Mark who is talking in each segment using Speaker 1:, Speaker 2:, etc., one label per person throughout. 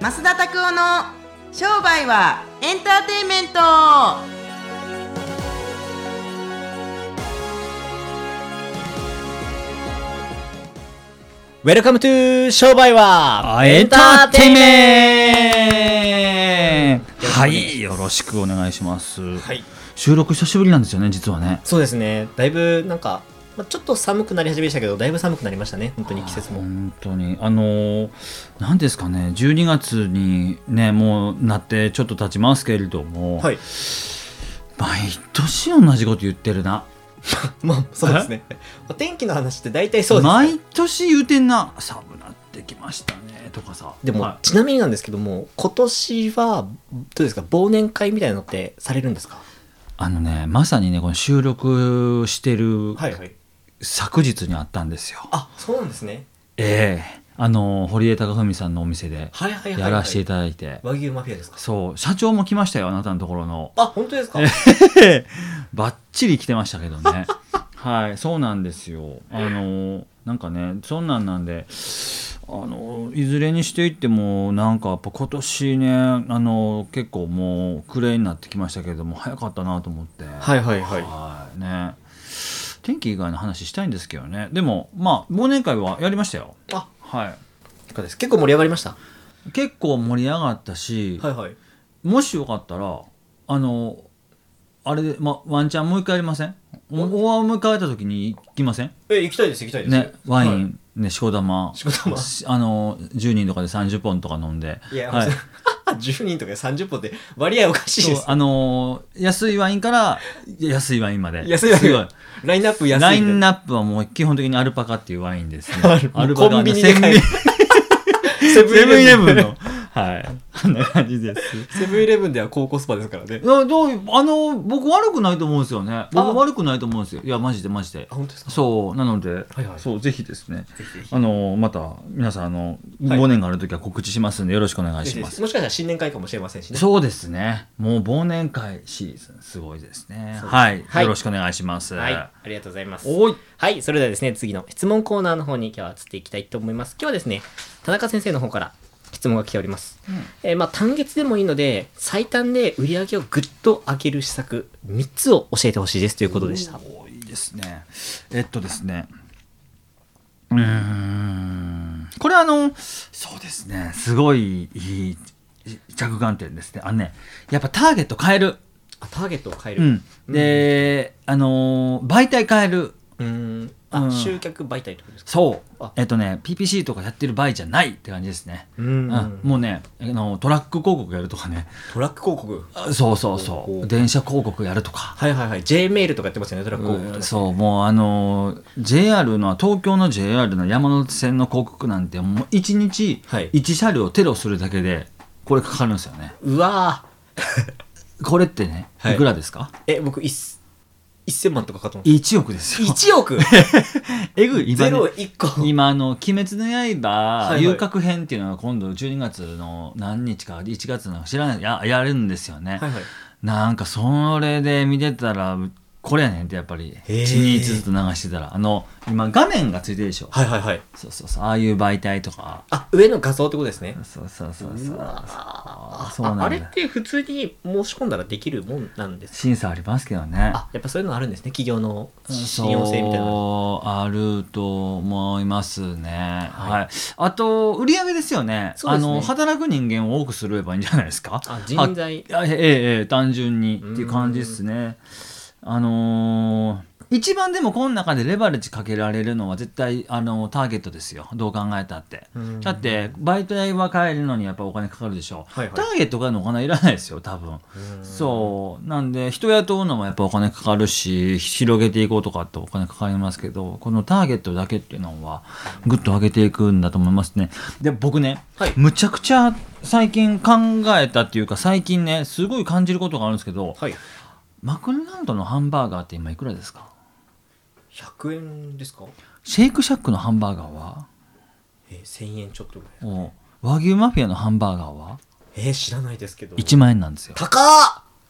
Speaker 1: 増田拓夫の商売はエンターテインメント
Speaker 2: ウェルカムトゥー商売は
Speaker 3: エンターテイ
Speaker 2: メ
Speaker 3: メ
Speaker 2: ン
Speaker 3: ン
Speaker 2: ト
Speaker 3: トはい、よろしくお願いします。
Speaker 2: はい
Speaker 3: 収録久しぶりなんですよね、実はね。
Speaker 2: そうですねだいぶなんかまあちょっと寒くなり始めましたけどだいぶ寒くなりましたね本当に季節も
Speaker 3: 本当にあのーなんですかね12月にねもうなってちょっと経ちますけれども、
Speaker 2: はい
Speaker 3: 毎年同じこと言ってるな
Speaker 2: まあそうですねお天気の話って大体そうですね
Speaker 3: 毎年言うてんな寒なってきましたねとかさ
Speaker 2: でも、
Speaker 3: は
Speaker 2: ちなみになんですけども今年はどうですか忘年会みたいなのってされるんですか
Speaker 3: いあのねまさにねこの収録してる
Speaker 2: はいはい
Speaker 3: 昨日にあったんですよ、
Speaker 2: あそうなんですね
Speaker 3: ええあの堀江貴文さんのお店で
Speaker 2: はいはいはい、は
Speaker 3: や
Speaker 2: い、
Speaker 3: らせていただいて、
Speaker 2: 和牛マフィアですか
Speaker 3: そう社長も来ましたよあなたのところ の
Speaker 2: あ本当ですか
Speaker 3: バッチリ来てましたけどねはいそうなんですよあのなんかねそんなんなんであのいずれにしていってもなんかやっぱ今年ねあの結構もう暮れになってきましたけれども早かったなと思ってはい
Speaker 2: はいはい
Speaker 3: ね天気以外の話したいんですけどねでもまあ忘年会はやりましたよ
Speaker 2: あ
Speaker 3: はい
Speaker 2: いかがです結構盛り上がりました
Speaker 3: 結構盛り上がったし、
Speaker 2: はいはい
Speaker 3: もしよかったらあのあれで、ま、ワンチャンもう一回やりませんおおもう一回会った時に行きません
Speaker 2: え行きたいです行きたいです
Speaker 3: ねワイン、
Speaker 2: は
Speaker 3: ねしこ玉
Speaker 2: しこ玉
Speaker 3: あの10人とかで30本とか飲んで
Speaker 2: い、いや、
Speaker 3: はい
Speaker 2: 10人とか30本って割合おかしいで
Speaker 3: そう
Speaker 2: す
Speaker 3: あのー安いワインから安いワインまで
Speaker 2: 安い安い
Speaker 3: すごい
Speaker 2: ラインナップ安い
Speaker 3: ライン
Speaker 2: ナ
Speaker 3: ナップはもう基本的にアルパカっていうワインですね
Speaker 2: アルパカ
Speaker 3: の
Speaker 2: コンビニで買える
Speaker 3: セ
Speaker 2: セ
Speaker 3: ブンセ
Speaker 2: ブ
Speaker 3: ブ
Speaker 2: ン
Speaker 3: ン
Speaker 2: イ
Speaker 3: イ
Speaker 2: レ
Speaker 3: レ
Speaker 2: ブン
Speaker 3: ブ ン
Speaker 2: の
Speaker 3: のはいこんな感じです
Speaker 2: セブンイレブンでは高コスパですからね
Speaker 3: いやどうあの僕悪くないと思うんですよね
Speaker 2: あ
Speaker 3: 僕悪くないと思うんですよいやマジでマジで
Speaker 2: あ本当ですか
Speaker 3: そうなので、
Speaker 2: はいはい
Speaker 3: そうぜひですね
Speaker 2: ぜひ
Speaker 3: あのまた皆さんあの
Speaker 2: はい
Speaker 3: 忘年がある時は告知しますんでよろしくお願いし
Speaker 2: も
Speaker 3: ます、
Speaker 2: しかしたら新年会かもしれませんしね
Speaker 3: そうですねもう忘年会シーズンすごいですね
Speaker 2: そうです
Speaker 3: はい、
Speaker 2: はい
Speaker 3: よろしくお願いします、
Speaker 2: はいありがとうございます
Speaker 3: おい
Speaker 2: はいそれではですね次の質問コーナーの方に今日は移っていきたいと思います今日はですね田中先生の方から質問が来ております、えーまあ単月でもいいので最短で売り上げをぐっと上げる施策3つを教えてほしいですということでした
Speaker 3: おーいいですねえっとですねうーんこれあのそうですねすごいいい着眼点ですねあのねやっぱターゲット変える
Speaker 2: あターゲットを変え
Speaker 3: う
Speaker 2: る
Speaker 3: ん、で、あのー媒体変える
Speaker 2: うーんあ、
Speaker 3: うん
Speaker 2: 集客媒体ってことですか
Speaker 3: そう
Speaker 2: あ
Speaker 3: えっとね PPC とかやってる場合じゃないって感じですね、
Speaker 2: う
Speaker 3: うん
Speaker 2: ん
Speaker 3: もうねあのトラック広告やるとかね
Speaker 2: トラック広告
Speaker 3: あそうそ
Speaker 2: ほ
Speaker 3: う
Speaker 2: う
Speaker 3: そ
Speaker 2: ほ
Speaker 3: う
Speaker 2: う
Speaker 3: 電車広告やるとか、
Speaker 2: はいはいはい J メールとかやってますよねトラック広告
Speaker 3: う
Speaker 2: と
Speaker 3: ん
Speaker 2: か
Speaker 3: そうもうあのー JR の東京の JR の山手線の広告なんてもう1日
Speaker 2: はい
Speaker 3: 1車両テロするだけでこれかかるんですよね
Speaker 2: うわー
Speaker 3: これってね
Speaker 2: はい
Speaker 3: いくらですか、
Speaker 2: え僕1000万とかかと思って
Speaker 3: 一1億ですよ
Speaker 2: 1億
Speaker 3: えぐ い今
Speaker 2: ゼ
Speaker 3: ね
Speaker 2: ロ1個
Speaker 3: 今あの「鬼滅の刃」
Speaker 2: はい
Speaker 3: 遊郭編っていうのが今度12月の何日か1月の知らないややるんですよね、
Speaker 2: はいはい
Speaker 3: なんかそれで見てたらこれやねんってやっぱり
Speaker 2: へー
Speaker 3: 1日ずつ流してたらあの今画面がついてるでしょ、
Speaker 2: はいはいはい
Speaker 3: そうそうそうああいう媒体とか
Speaker 2: あ上の画像ってことですね
Speaker 3: そうそうそうそう
Speaker 2: うわ
Speaker 3: あそう
Speaker 2: ああ
Speaker 3: なん
Speaker 2: れっ
Speaker 3: だ
Speaker 2: て普通に申し込んだらできるもんなんです
Speaker 3: 審査ありますけどね
Speaker 2: あやっぱそういうのあるんですね企業の信用性みたいなの
Speaker 3: そうあると思いますね、は
Speaker 2: はいい
Speaker 3: あと売り上げですよね
Speaker 2: そう
Speaker 3: あ
Speaker 2: ですね
Speaker 3: の働く人間を多くすればいいんじゃないですか
Speaker 2: あ人材
Speaker 3: はあええええ単純にっていう感じですねあのー一番でもこの中でレバレッジかけられるのは絶対、あのターゲットですよどう考えたって
Speaker 2: うん
Speaker 3: だって媒体は変えるのにやっぱお金かかるでしょ、
Speaker 2: はいはい
Speaker 3: ターゲットがのお金いらないですよ多分
Speaker 2: うん
Speaker 3: そうなんで人雇うのもやっぱお金かかるし広げていこうとかってお金かかりますけどこのターゲットだけっていうのはぐっと上げていくんだと思いますねで僕ね、
Speaker 2: はい
Speaker 3: むちゃくちゃ最近考えたっていうか最近ねすごい感じることがあるんですけど
Speaker 2: はい
Speaker 3: マクドナルドのハンバーガーって今いくらですか
Speaker 2: 100円ですか
Speaker 3: シェイクシャックのハンバーガーは
Speaker 2: えー1000円ちょっとぐらい
Speaker 3: お和牛マフィアのハンバーガーは
Speaker 2: えー知らないですけど
Speaker 3: 1万円なんですよ
Speaker 2: 高っ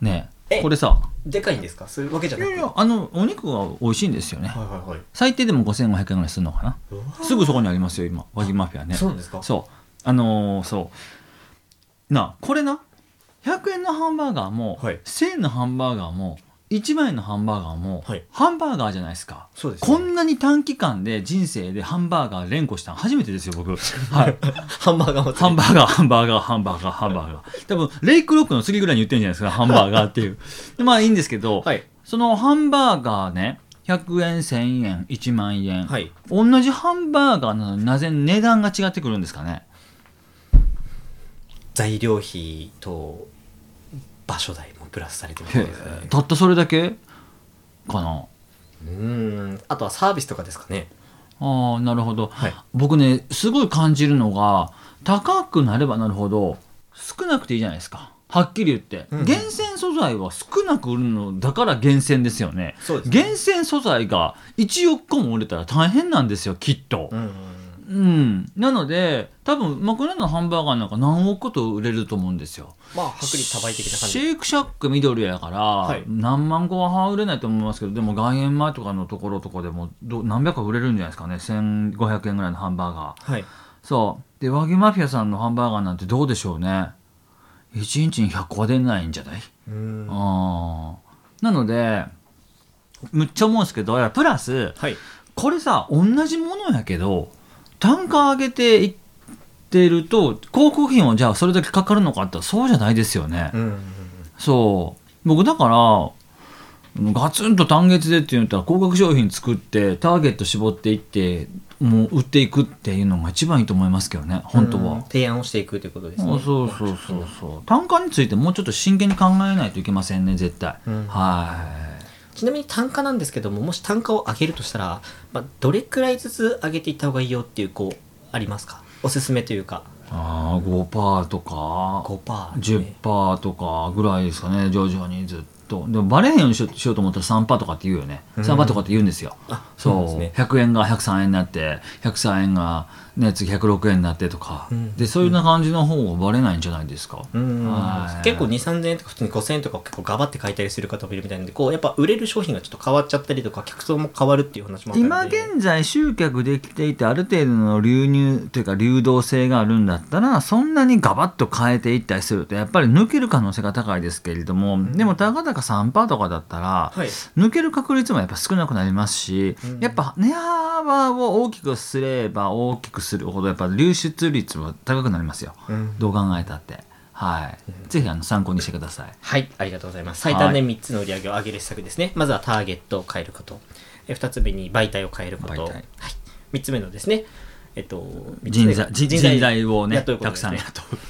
Speaker 3: ね
Speaker 2: え
Speaker 3: これさ
Speaker 2: でかいんですかそういうわけじゃ
Speaker 3: い
Speaker 2: なく
Speaker 3: や
Speaker 2: て
Speaker 3: い
Speaker 2: は
Speaker 3: やあのお肉は美味しいんですよね
Speaker 2: いはいはい
Speaker 3: 最低でも5500円ぐらいするのかな
Speaker 2: うわ
Speaker 3: すぐそこにありますよ今和牛マフィアね
Speaker 2: そうなんですか
Speaker 3: そうあのーそうなあこれな100円のハンバーガーも、
Speaker 2: はい
Speaker 3: 1000円のハンバーガーも1万円のハンバーガーも、
Speaker 2: はい
Speaker 3: ハンバーガーじゃないですか
Speaker 2: そうですね
Speaker 3: こんなに短期間で人生でハンバーガー連呼したの初めてですよ僕はい
Speaker 2: ハンバーガーも
Speaker 3: ハンバーガー、ハンバーガー、ハンバーガー、ハンバーガー。多分、レイクロックの次ぐらいに言ってるんじゃないですか、ハンバーガーっていう。でまあいいんですけど、
Speaker 2: はい
Speaker 3: そのハンバーガーね、100円、1000円、1万円、
Speaker 2: はい
Speaker 3: 同じハンバーガーなのになぜ値段が違ってくるんですかね。
Speaker 2: 材料費と場所代もプラスされてますね
Speaker 3: たったそれだけかな。
Speaker 2: うーんあとはサービスとかですかね
Speaker 3: ああ、なるほど、
Speaker 2: はい
Speaker 3: 僕ね、すごい感じるのが、高くなればなるほど、少なくていいじゃないですか。はっきり言って、
Speaker 2: うんうん
Speaker 3: 厳選素材は少なく売るのだから厳選ですよね
Speaker 2: そうですね
Speaker 3: 厳選素材が1億個も売れたら大変なんですよきっと、
Speaker 2: うん
Speaker 3: うん、なので多分マクドナルドのハンバーガーなんか何億個と売れると思うんですよ
Speaker 2: まあ薄利多売的な感
Speaker 3: シ
Speaker 2: じ
Speaker 3: ェイクシャック緑やから、
Speaker 2: い
Speaker 3: 何万個は売れないと思いますけどでも外苑前とかのところとかでもど何百個売れるんじゃないですかね1500円ぐらいのハンバーガー
Speaker 2: はい
Speaker 3: そうで和牛マフィアさんのハンバーガーなんてどうでしょうね1日に100個は出ないんじゃない、
Speaker 2: うん
Speaker 3: あーなのでむっちゃ思うんですけどいやプラス
Speaker 2: はい
Speaker 3: これさ同じものやけど単価上げていってると広告費もじゃあそれだけかかるのかって言ったらそうじゃないですよね、
Speaker 2: うん
Speaker 3: そう僕だからガツンと単月でって言ったら高額商品作ってターゲット絞っていってもう売っていくっていうのが一番いいと思いますけどね本当
Speaker 2: うん
Speaker 3: は。
Speaker 2: 提案をしていくということです
Speaker 3: そう
Speaker 2: ね
Speaker 3: そうそうそうそう単価についてもうちょっと真剣に考えないといけませんね絶対、
Speaker 2: うん
Speaker 3: は
Speaker 2: ちなみに単価なんですけどももし単価を上げるとしたら、まあ、どれくらいずつ上げていった方がいいよっていうこうありますかおすすめというか
Speaker 3: いああ5%とか
Speaker 2: 5%、ね、
Speaker 3: 10%とかぐらいですかね徐々にずっとでもバレへんようにしよしようと思ったら3%とかって言うよね
Speaker 2: うん
Speaker 3: 3%とかって言うんですよ、
Speaker 2: あ
Speaker 3: そう
Speaker 2: なんですね
Speaker 3: 100円が103円になって103円が、ね、次106円になってとか、
Speaker 2: うん
Speaker 3: でそういうような感じの方がバレないんじゃないですか、
Speaker 2: うん
Speaker 3: はい
Speaker 2: 結構2、3000円とか普通に5000円とか結構ガバって買いたりする方もいるみたいなんで、こうやっぱ売れる商品がちょっと変わっちゃったりとか、客層も変わるっていう話もあった
Speaker 3: 今
Speaker 2: ので。
Speaker 3: 現在集客できていてある程度の流入というか流動性があるんだったらそんなにガバッと変えていったりするとやっぱり抜ける可能性が高いですけれども、でもたかだか3%とかだったら、
Speaker 2: はい。
Speaker 3: 抜ける確率もやっぱ少なくなりますし、
Speaker 2: うん
Speaker 3: やっぱ値幅を大きくすれば大きくするほどやっぱ流出率は高くなりますよ、
Speaker 2: うん
Speaker 3: どう考えたってはい、ぜひあの参考にしてください
Speaker 2: はい、ありがとうございます。最短で3つの売り上げを上げる施策ですね。まずはターゲットを変えること。え2つ目に媒体を変えること。
Speaker 3: 媒体
Speaker 2: はい、3つ目のですね、えっと、三つ
Speaker 3: 人
Speaker 2: 目
Speaker 3: 材
Speaker 2: が
Speaker 3: 人人材をね
Speaker 2: 雇うこと
Speaker 3: た
Speaker 2: で
Speaker 3: く
Speaker 2: す
Speaker 3: さん
Speaker 2: ね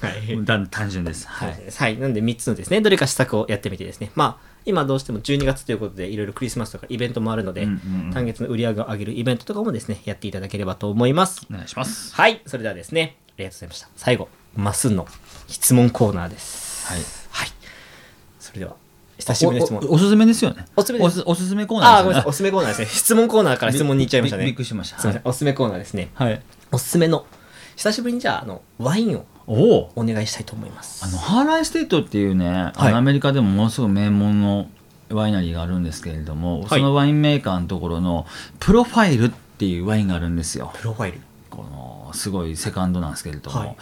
Speaker 3: 雇
Speaker 2: はい。
Speaker 3: うだ単純ですは
Speaker 2: はいい、はい、なんで3つのですねどれか施策をやってみてですねまあ今どうしても12月ということでいろいろクリスマスとかイベントもあるので、
Speaker 3: うんうんうん
Speaker 2: 単月の売り上げを上げるイベントとかもですねやっていただければと思います
Speaker 3: お願いします
Speaker 2: はいそれではですねありがとうございました最後マスの質問コーナーです
Speaker 3: は
Speaker 2: は
Speaker 3: い
Speaker 2: いそれでは久しぶりの質問
Speaker 3: おおおすすめですよね
Speaker 2: おすすめです
Speaker 3: おおすすめコー
Speaker 2: あ
Speaker 3: ナ
Speaker 2: あ
Speaker 3: ー
Speaker 2: ごめん
Speaker 3: です
Speaker 2: な
Speaker 3: よ
Speaker 2: さいおすすめコーナーですね質問コーナーから質問に行っちゃいましたね
Speaker 3: びびっくりしました
Speaker 2: すいませんおすすめコーナーですね
Speaker 3: はい
Speaker 2: おすすめの久しぶりにじゃああのワインを
Speaker 3: おお
Speaker 2: お願いしたいと思います
Speaker 3: あのハーライステートっていうね、あ
Speaker 2: はい
Speaker 3: のアメリカでもものすごい名門のワイナリーがあるんですけれども、
Speaker 2: はい
Speaker 3: そのワインメーカーのところのプロファイルっていうワインがあるんですよ
Speaker 2: プロファイル
Speaker 3: このすごいセカンドなんですけれども、
Speaker 2: はい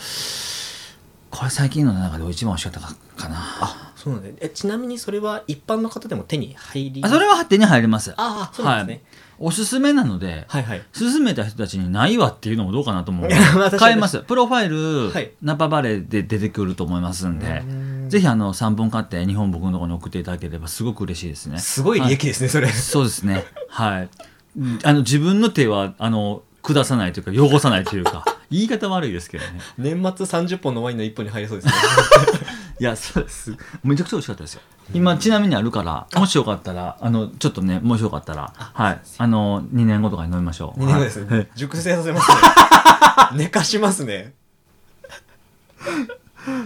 Speaker 3: これ最近の中で一番美味しかったかな
Speaker 2: あそうなんだえちなみにそれは一般の方でも手に入り
Speaker 3: あそれは手に入ります
Speaker 2: ああそうなんですね、
Speaker 3: おすすめなので、
Speaker 2: はい、はい
Speaker 3: 勧めた人たちにないわっていうのもどうかなと思
Speaker 2: い
Speaker 3: う
Speaker 2: や まあ確かに
Speaker 3: 買えますプロファイル、
Speaker 2: はい
Speaker 3: ナパバレーで出てくると思いますんで
Speaker 2: うん
Speaker 3: ぜひあの3本買って日本僕のところに送っていただければすごく嬉しいですね
Speaker 2: すごい利益ですねそれ
Speaker 3: そうですねはいあの自分の手はあの下さないというか汚さないというか言い方悪いですけどね
Speaker 2: 年末30本のワインの1本に入りそうですね
Speaker 3: いやそうですめちゃくちゃ美味しかったですよ今ちなみにあるからもしよかったらあのちょっとねもしよかったらはいあの2年後とかに飲みましょう
Speaker 2: 2年後です
Speaker 3: はい
Speaker 2: ね熟成させますね寝かしますね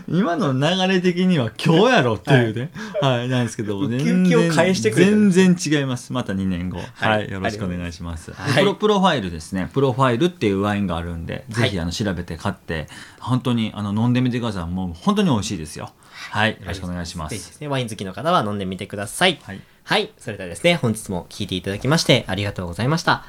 Speaker 3: 今の流れ的には今日やろっていうね、はい、なんですけど、
Speaker 2: ウキウキを返してくれた
Speaker 3: 全然違います。また2年後、はい、
Speaker 2: い
Speaker 3: よろしくお願いします。
Speaker 2: い
Speaker 3: プロプロファイルですね、プロファイルっていうワインがあるんで、
Speaker 2: はい
Speaker 3: ぜひあの調べて買って、本当にあの飲んでみてください。もう本当に美味しいですよ。はい、よろしくお願いしま。
Speaker 2: ぜひですねワイン好きの方は飲んでみてください
Speaker 3: はい、
Speaker 2: はい。それではですね、本日も聞いていただきましてありがとうございました。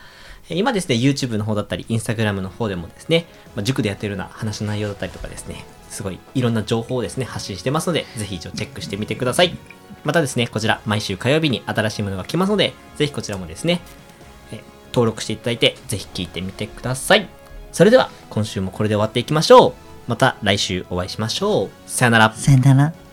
Speaker 2: えー今ですね、YouTube の方だったり、Instagram の方でもですね、まあ、塾でやってるような話の内容だったりとかですね、すごいいろんな情報をですね発信してますのでぜひ一応チェックしてみてくださいまたですねこちら毎週火曜日に新しいものが来ますのでぜひこちらもですねえ登録していただいてぜひ聞いてみてくださいそれでは今週もこれで終わっていきましょうまた来週お会いしましょうさよなら
Speaker 1: さよなら。